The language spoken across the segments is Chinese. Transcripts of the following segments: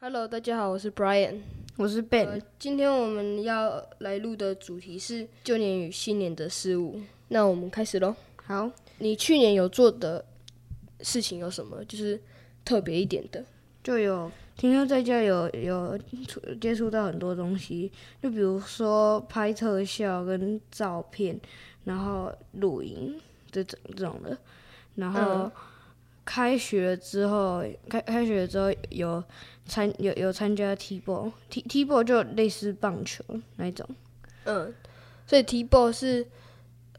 Hello，大家好，我是 Brian。我是呃 Ben，，今天我们要来录的主题是旧年与新年的事物。那我们开始喽。好，你去年有做的事情有什么？就是特别一点的。就有停留在家有有触接触到很多东西，就比如说拍特效跟照片，然后录影这种这种的，然后嗯开学之后，开开学之后有参有有参加 T ball，T T ball 就类似棒球那一种，嗯，所以 T ball 是，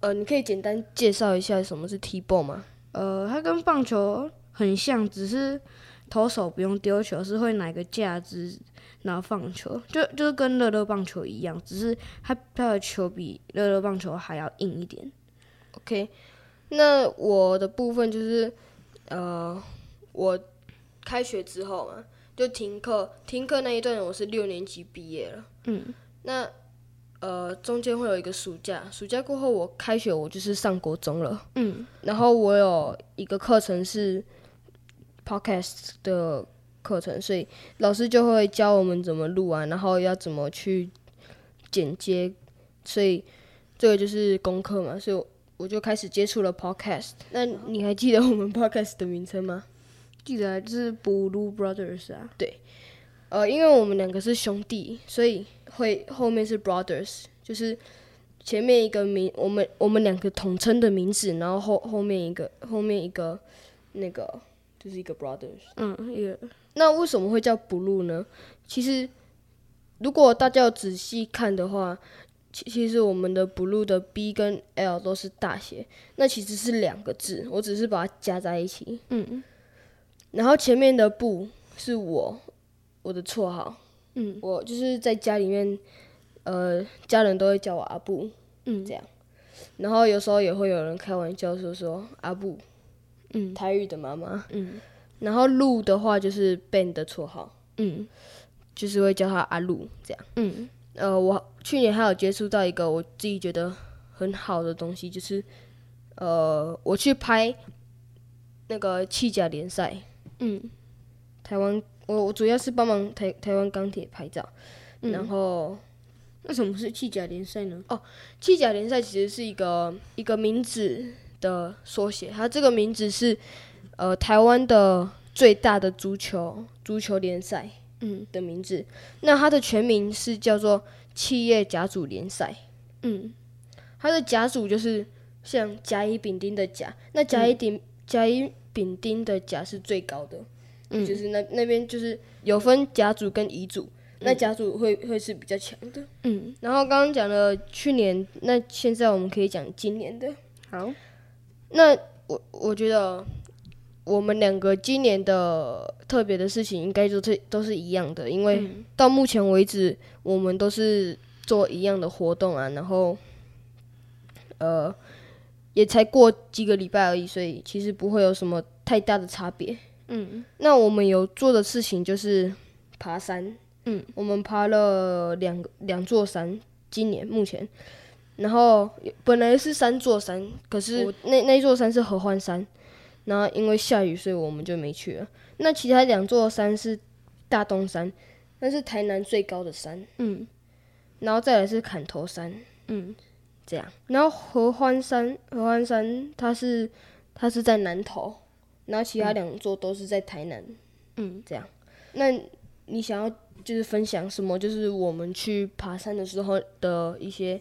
呃，你可以简单介绍一下什么是 T ball 吗？呃，它跟棒球很像，只是投手不用丢球，是会拿一个架子然后放球，就就是跟乐乐棒球一样，只是它它的球比乐乐棒球还要硬一点。 OK，那我的部分就是，呃，我开学之后嘛，就停课，停课那一段我是六年级毕业了。嗯，那呃，中间会有一个暑假，暑假过后我开学我就是上国中了。嗯，然后我有一个课程是 podcast 的课程，所以老师就会教我们怎么录啊，然后要怎么去剪接，所以这个就是功课嘛，所以我。我就开始接触了 podcast。那你还记得我们 podcast 的名称吗？记得就是 Blue Brothers 啊，呃，因为我们两个是兄弟，所以会后面是 brothers，就是前面一个名，我们我们两个统称的名字，然后后后面一个后面一个那个就是一个 brothers。嗯，也那为什么会叫 blue 呢？其实如果大家有仔细看的话，其其实我们的 blue 的 B 跟 L 都是大写，那其实是两个字，我只是把它加在一起。嗯然后前面的不是我我的绰号，嗯我就是在家里面，呃，家人都会叫我阿布，嗯这样然后有时候也会有人开玩笑说说阿布，嗯台语的妈妈。嗯然后路的话就是 Ben 的绰号，嗯就是会叫他阿路这样。嗯呃，我去年还有接触到一个我自己觉得很好的东西，就是呃，我去拍那个汽甲联赛，嗯台湾，我我主要是帮忙台台湾钢铁拍照，嗯然后。那什么是技甲联赛呢？七甲联赛其实是一个一个名字的缩写，它这个名字是呃台湾的最大的足球足球联赛嗯的名字。那它的全名是叫做企业甲组联赛，嗯它的甲组就是像甲乙丙丁的甲，那嗯甲乙丙、甲乙丙丁的甲是最高的，嗯就是那那边就是有分甲组跟乙组，那甲组会会是比较强的。嗯，然后刚刚讲了去年，那现在我们可以讲今年的。好，那我我觉得我们两个今年的特别的事情，应该都是都是一样的，因为嗯到目前为止，我们都是做一样的活动啊，然后呃，也才过几个礼拜而已，所以其实不会有什么太大的差别。嗯那我们有做的事情就是爬山，嗯，我们爬了两个两座山，今年目前，然后本来是三座山，可是那那一座山是合欢山，然后因为下雨，所以我们就没去了。那其他两座山是大东山，那是台南最高的山，嗯然后再来是砍头山，嗯这样。然后合欢山，合欢山它是它是在南投，然后其他两座都是在台南。嗯，这样。那你想要就是分享什么？就是我们去爬山的时候的一些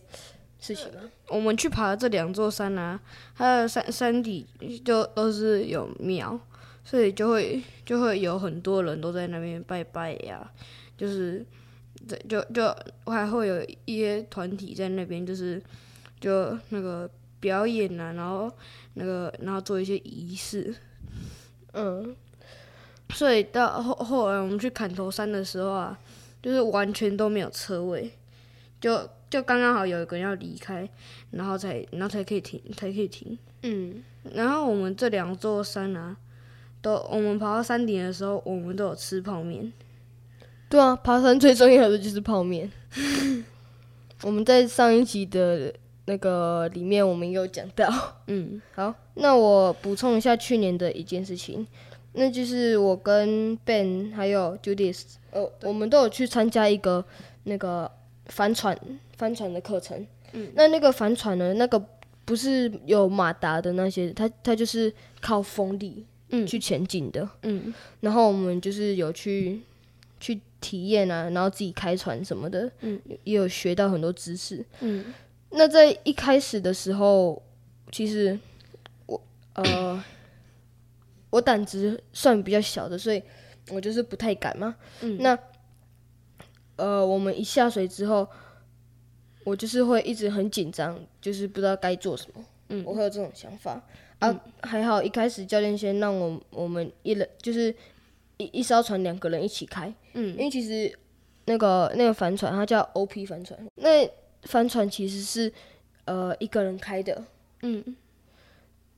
事情吗？我们去爬这两座山啊，它的山山底就都是有庙，所以就会就会有很多人都在那边拜拜呀、就是这就就还会有一些团体在那边，就是就那个表演啊，然后那个然后做一些仪式，嗯，所以到后后来我们去砍头山的时候啊，就是完全都没有车位，就就刚刚好有一个人要离开，然后才然后才可以停，才可以停。嗯，然后我们这两座山啊，都我们爬到山顶的时候，我们都有吃泡面。对啊，爬山最重要的就是泡面。 我们在上一集的那个里面，我们有讲到。嗯，好，那我补充一下去年的一件事情，那就是我跟 Ben 还有 Judith，呃，我们都有去参加一个那个帆船帆船的课程。嗯，那那个帆船呢，那个不是有马达的那些，它它就是靠风力嗯去前进的。嗯，然后我们就是有去去体验啊，然后自己开船什么的，嗯，也有学到很多知识。嗯，那在一开始的时候，其实我呃 我胆子算比较小的，所以我就是不太敢嘛。嗯，那呃我们一下水之后。我就是会一直很紧张，就是不知道该做什么，嗯，我会有这种想法啊。还好一开始教练先让我我们一人就是一一艘船两个人一起开，嗯，因为其实那个那个帆船它叫 OP 帆船，那帆船其实是呃一个人开的，嗯，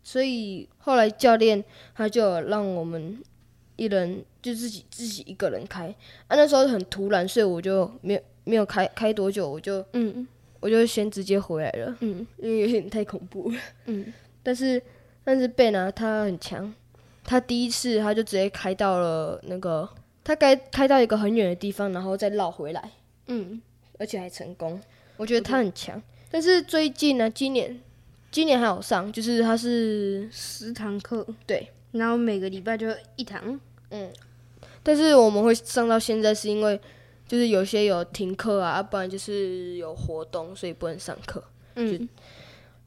所以后来教练他就有让我们一人就自己自己一个人开，啊那时候很突然，所以我就没有没有开开多久我就嗯我就先直接回来了，嗯，因为有点太恐怖了，嗯，但是但是贝拿他很强，他第一次他就直接开到了那个，他该开到一个很远的地方，然后再绕回来，嗯，而且还成功。我觉得他很强，但是最近呢，今年今年还有上，就是他是十堂课，对，然后每个礼拜就一堂。但是我们会上到现在是因为就是有些有停课啊，啊不然就是有活动，所以不能上课。嗯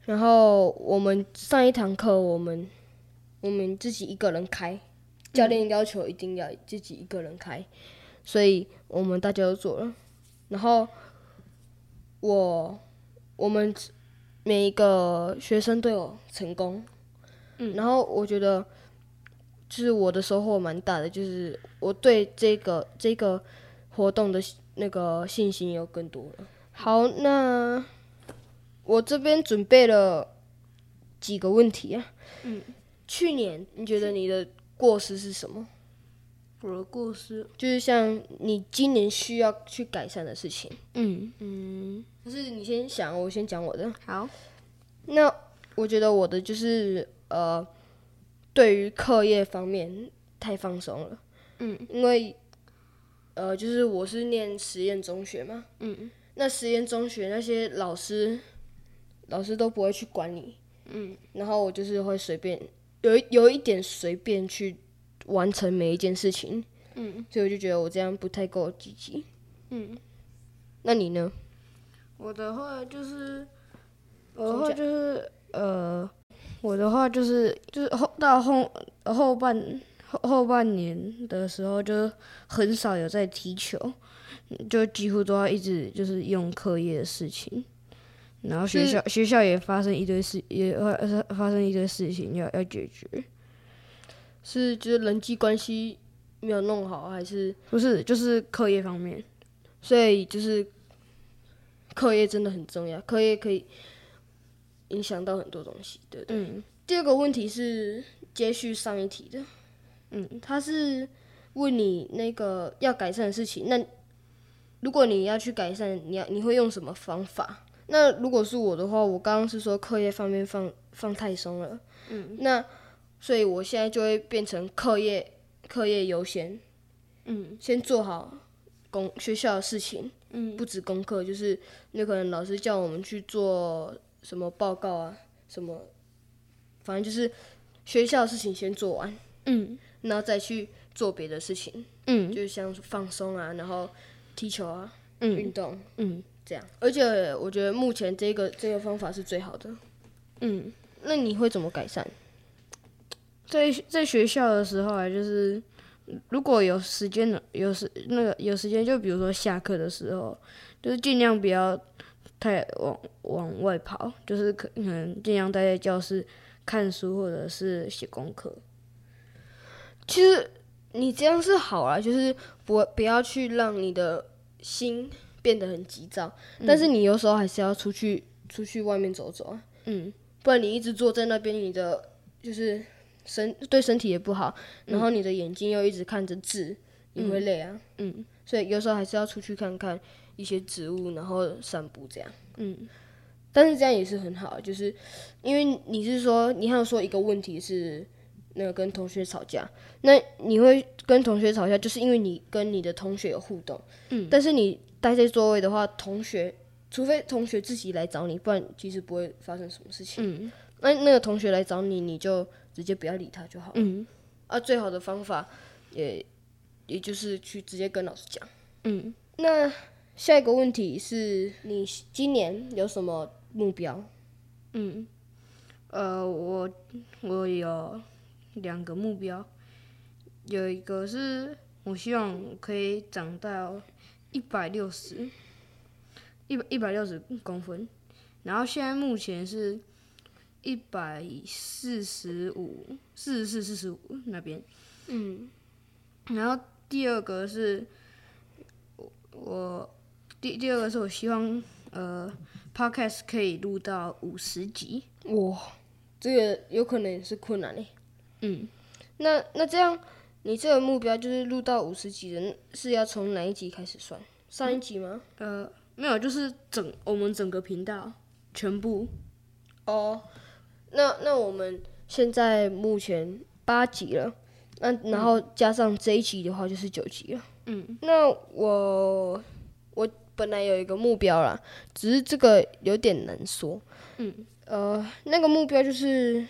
然后我们上一堂课，我们我们自己一个人开，教练要求一定要自己一个人开，所以我们大家都做了。然后我我们每一个学生都有成功，嗯，然后我觉得就是我的收获蛮大的，就是我对这个这个活动的那个信心又更多了。好，那。我这边准备了几个问题啊。嗯，去年你觉得你的过失是什么？我的故事，就是像你今年需要去改善的事情。嗯，可是你先想，啊我先讲我的。好，那我觉得我的就是呃，对于课业方面太放松了。嗯，因为呃，就是我是念实验中学嘛。嗯，那实验中学那些老师老师都不会去管你。嗯，然后我就是会随便有一有一点随便去完成每一件事情。嗯，所以我就觉得我这样不太够积极。嗯，那你呢？我的话就是，我的话就是呃，我的话就是就是后到后后半后后半年的时候，就很少有在踢球，就几乎都要一直就是用课业的事情。然后学是校学校也发生一堆事，也发发生一堆事情要要解决，是就是人际关系没有弄好，还是不是就是课业方面。所以就是课业真的很重要，课业可以影响到很多东西，对不对？嗯第二个问题是接续上一题的，嗯，他是问你那个要改善的事情，那如果你要去改善，你要你会用什么方法？那如果是我的话，我刚刚是说课业方面放放太松了，嗯，那所以我现在就会变成课业课业优先，嗯，先做好功学校的事情，嗯，不止功课，就是那可能老师叫我们去做什么报告啊，什么反正就是学校的事情先做完，嗯然后再去做别的事情，嗯就是像放松啊，然后踢球啊，嗯运动嗯这样。而且我觉得目前这个这个方法是最好的。嗯，那你会怎么改善？在在学校的时候啊，就是如果有时间的，有时那个有时间，就比如说下课的时候，就是尽量不要太往往外跑，就是可可能尽量待在教室看书或者是写功课。其实你这样是好啊，就是不不要去让你的心变得很急躁，嗯但是你有时候还是要出去出去外面走走啊，嗯，不然你一直坐在那边，你的就是身对身体也不好，嗯然后你的眼睛又一直看着字，你会累啊，嗯，所以有时候还是要出去看看一些植物，然后散步这样，嗯，但是这样也是很好，啊就是因为你是说你还有说一个问题是。那个跟同学吵架，那你会跟同学吵架，就是因为你跟你的同学有互动。嗯，但是你待在座位的话，同学除非同学自己来找你，不然其实不会发生什么事情。嗯，那那个同学来找你，你就直接不要理他就好。嗯，啊，最好的方法也也就是去直接跟老师讲。嗯，那下一个问题是你今年有什么目标？嗯，呃，我我有两个目标，有一个是我希望我可以长到一百六十，一百一百六十公分，然后现在目前是一百四十五、四十四、四十五那边，嗯，然后第二个是我第第二个是我希望呃。Podcast 可以录到五十集。哇，这个有可能也是困难嘞。欸嗯，那那这样，你这个目标就是录到五十集人，是要从哪一集开始算？上一集吗？呃，没有，就是整我们整个频道全部。哦，那那我们现在目前八集了，那然后加上这一集的话就是九集了。嗯，那我我本来有一个目标啦，只是这个有点难说。嗯，呃，那个目标就是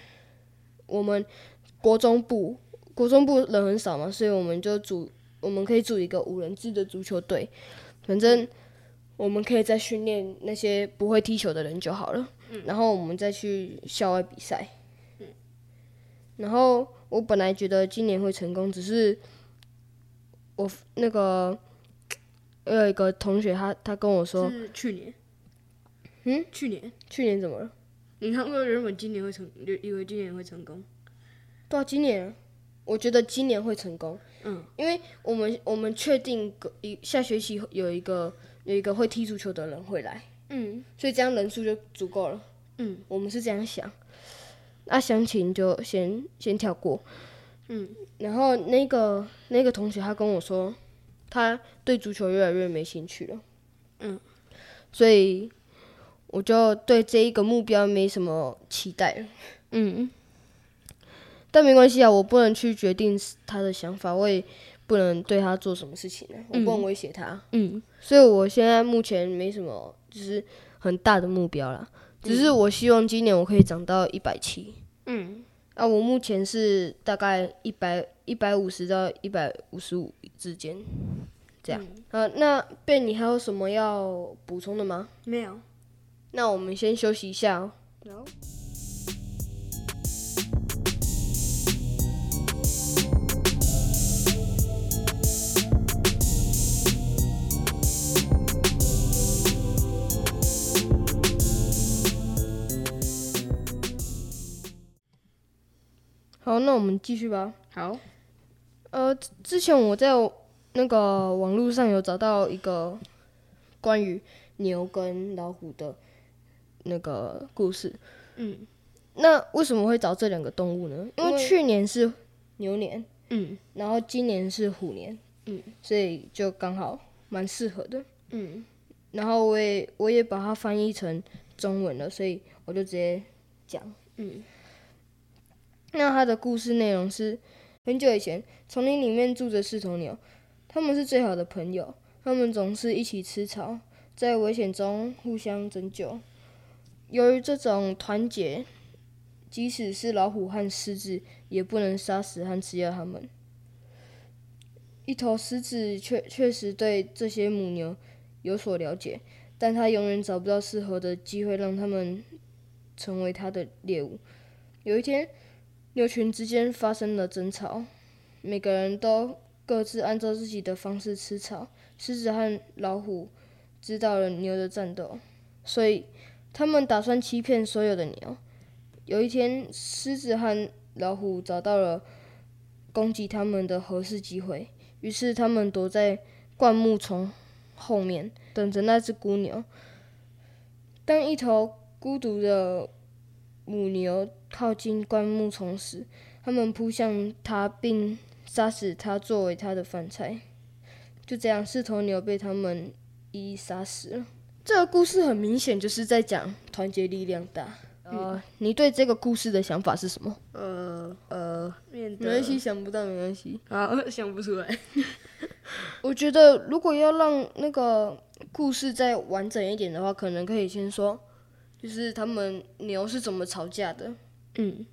我们国中部，国中部人很少嘛，所以我们就组，我们可以组一个五人制的足球队，反正我们可以再训练那些不会踢球的人就好了。嗯然后我们再去校外比赛。然后我本来觉得今年会成功，只是我那个我有一个同学他，他跟我说，是去年。嗯，去年去年怎么了？你看过原本今年会成，以为今年会成功。对啊，今年我觉得今年会成功。嗯，因为我们我们确定个一下学期有一个有一个会踢足球的人会来，嗯所以这样人数就足够了。嗯，我们是这样想。那详情就先先跳过。嗯，然后那个那个同学他跟我说，他对足球越来越没兴趣了。嗯，所以我就对这一个目标没什么期待了。嗯但没关系啊，我不能去决定他的想法，我也不能对他做什么事情啊，我不能威胁他。嗯所以我现在目前没什么就是很大的目标啦，只是我希望今年我可以长到一百七。嗯啊，我目前是大概一百一百五十到一百五十五之间，这样。呃，那贝，你还有什么要补充的吗？没有。那我们先休息一下、哦。有。好，那我们继续吧。好。呃，之之前我在那个网络上有找到一个关于牛跟老虎的那个故事。嗯那为什么会找这两个动物呢？因因为为去年是牛年，嗯然后今年是虎年，嗯，所以就刚好蛮适合的。嗯然后我也我也把它翻译成中文了，所以我就直接讲。嗯那它的故事内容是：很久以前，丛林里面住着四头牛，它们是最好的朋友，它们总是一起吃草，在危险中互相拯救。由于这种团结，即使是老虎和狮子，也不能杀死和吃掉它们。一头狮子确确实对这些母牛有所了解，但它永远找不到适合的机会让它们成为它的猎物。有一天，牛群之间发生了争吵，每个人都各自按照自己的方式吃草。狮子和老虎知道了牛的战斗，所以他们打算欺骗所有的牛。有一天，狮子和老虎找到了攻击他们的合适机会。于是他们躲在灌木丛后面，等着那只孤牛。当一头孤独的母牛靠近灌木丛时，他们扑向它，并杀死它作为它的饭菜。就这样，四头牛被他们一一杀死了。这个故事很明显就是在讲团结力量大。哦呃，你对这个故事的想法是什么？嗯呃呃，面没对关系，想不到没关系。啊，想不出来。我觉得如果要让那个故事再完整一点的话，可能可以先说，就是他们牛是怎么吵架的，嗯，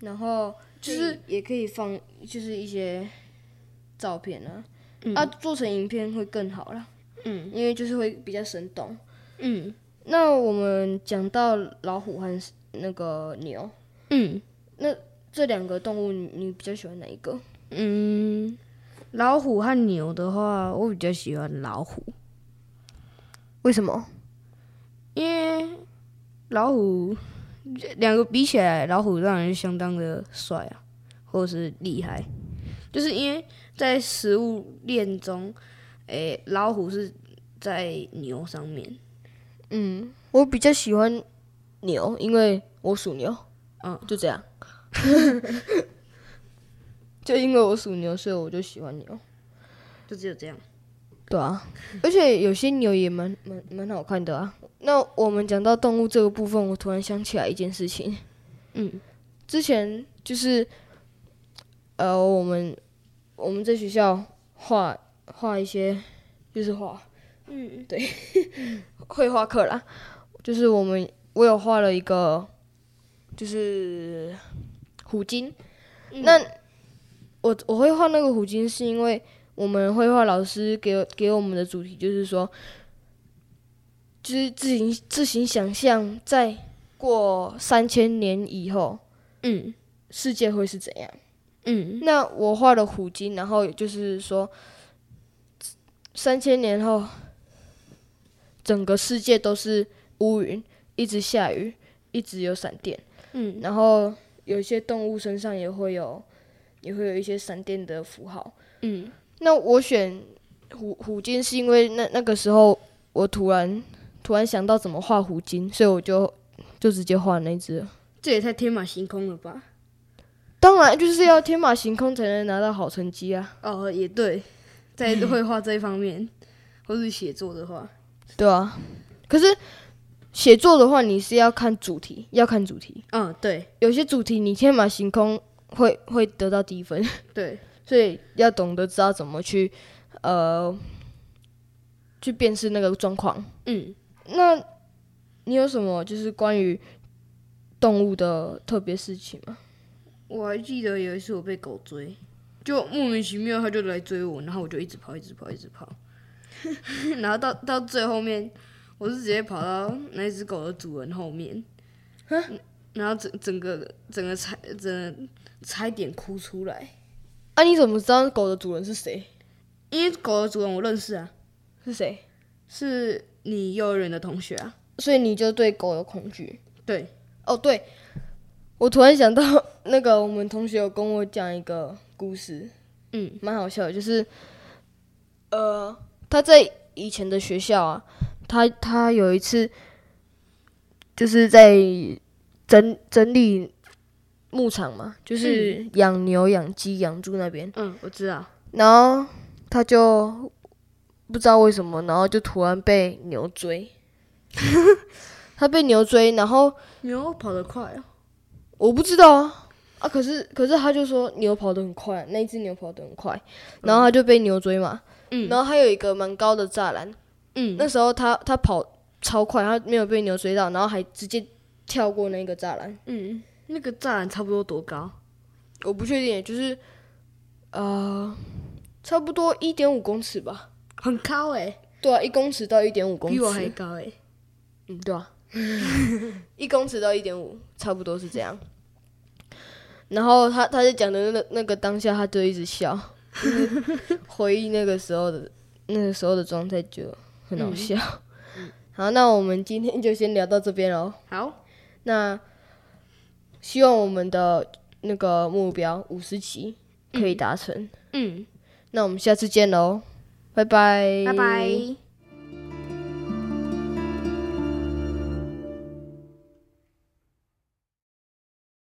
然后就可是也可以放就是一些照片啊，嗯啊做成影片会更好啦，嗯因为就是会比较生动。嗯那我们讲到老虎和那个牛嗯这两个动物你，你比较喜欢哪一个？嗯，老虎和牛的话，我比较喜欢老虎，为什么？因为老虎两个比起来，老虎当然是相当的帅啊，或者是厉害，就是因为在食物链中，诶、老虎是在牛上面。嗯，我比较喜欢牛，因为我属牛。嗯，就这样。 就因为我属牛，所以我就喜欢牛。就只有这样。对啊，而且有些牛也蛮蛮蛮好看的啊。那我们讲到动物这个部分，我突然想起来一件事情。嗯之前就是，呃，我们我们在学校画画一些，就是画嗯绘画课啦，就是我们我有画了一个，就是虎鲸。嗯那我我会画那个虎鲸，是因为我们绘画老师给我给我们的主题就是说，就是自行自行想象，在过三千年以后，嗯世界会是怎样。嗯那我画了虎鲸，然后就是说，三千年后，整个世界都是乌云，一直下雨，一直有闪电，嗯然后有一些动物身上也会有，也会有一些闪电的符号。嗯那我选虎虎鲸是因为那那个时候我突然突然想到怎么画虎鲸，所以我就就直接画那只了。这也太天马行空了吧？当然就是要天马行空才能拿到好成绩啊。哦，也对，在绘画这一方面，或是写作的话，对啊，可是写作的话，你是要看主题，要看主题。嗯，对有些主题你天马行空会会得到低分， 对，所以要懂得知道怎么去呃去辨识那个状况。嗯那你有什么就是关于动物的特别事情吗？我还记得有一次我被狗追，就莫名其妙它就来追我，然后我就一直跑，一直跑，一直跑， 然后到到最后面，我是直接跑到那一只狗的主人后面，然后整整个整个差整个差一点哭出来，啊，你怎么知道狗的主人是谁？因为狗的主人我认识啊，是谁？是你幼儿园的同学啊，所以你就对狗有恐惧？对，哦，对，我突然想到那个我们同学有跟我讲一个故事，嗯，蛮好笑的，就是呃，他在以前的学校啊，他他有一次就是在整整理牧场嘛，就是养牛、养鸡、养猪那边，嗯，我知道。然后他就不知道为什么，然后就突然被牛追， 他被牛追，然后。牛跑得快哦。我不知道啊啊！可是可是他就说牛跑得很快，那一只牛跑得很快，然后他就被牛追嘛。嗯然后还有一个蛮高的栅栏，嗯那时候他他跑超快，他没有被牛追到，然后还直接跳过那个栅栏。嗯，那个栅栏差不多多高？我不确定，就是呃，差不多一点五公尺吧。很高哎、对啊，一公尺到一点五公比我还尺。高哎、嗯，对啊，一公尺到一点五，差不多是这样。然后他他在讲的那个那个当下，他就一直笑，就是回忆那个时候的 那个时候的状态，就很好笑。好，那我们今天就先聊到这边喽。好，那希望我们的那个目标五十集，可以达成。嗯，那我们下次见喽，拜拜，拜拜。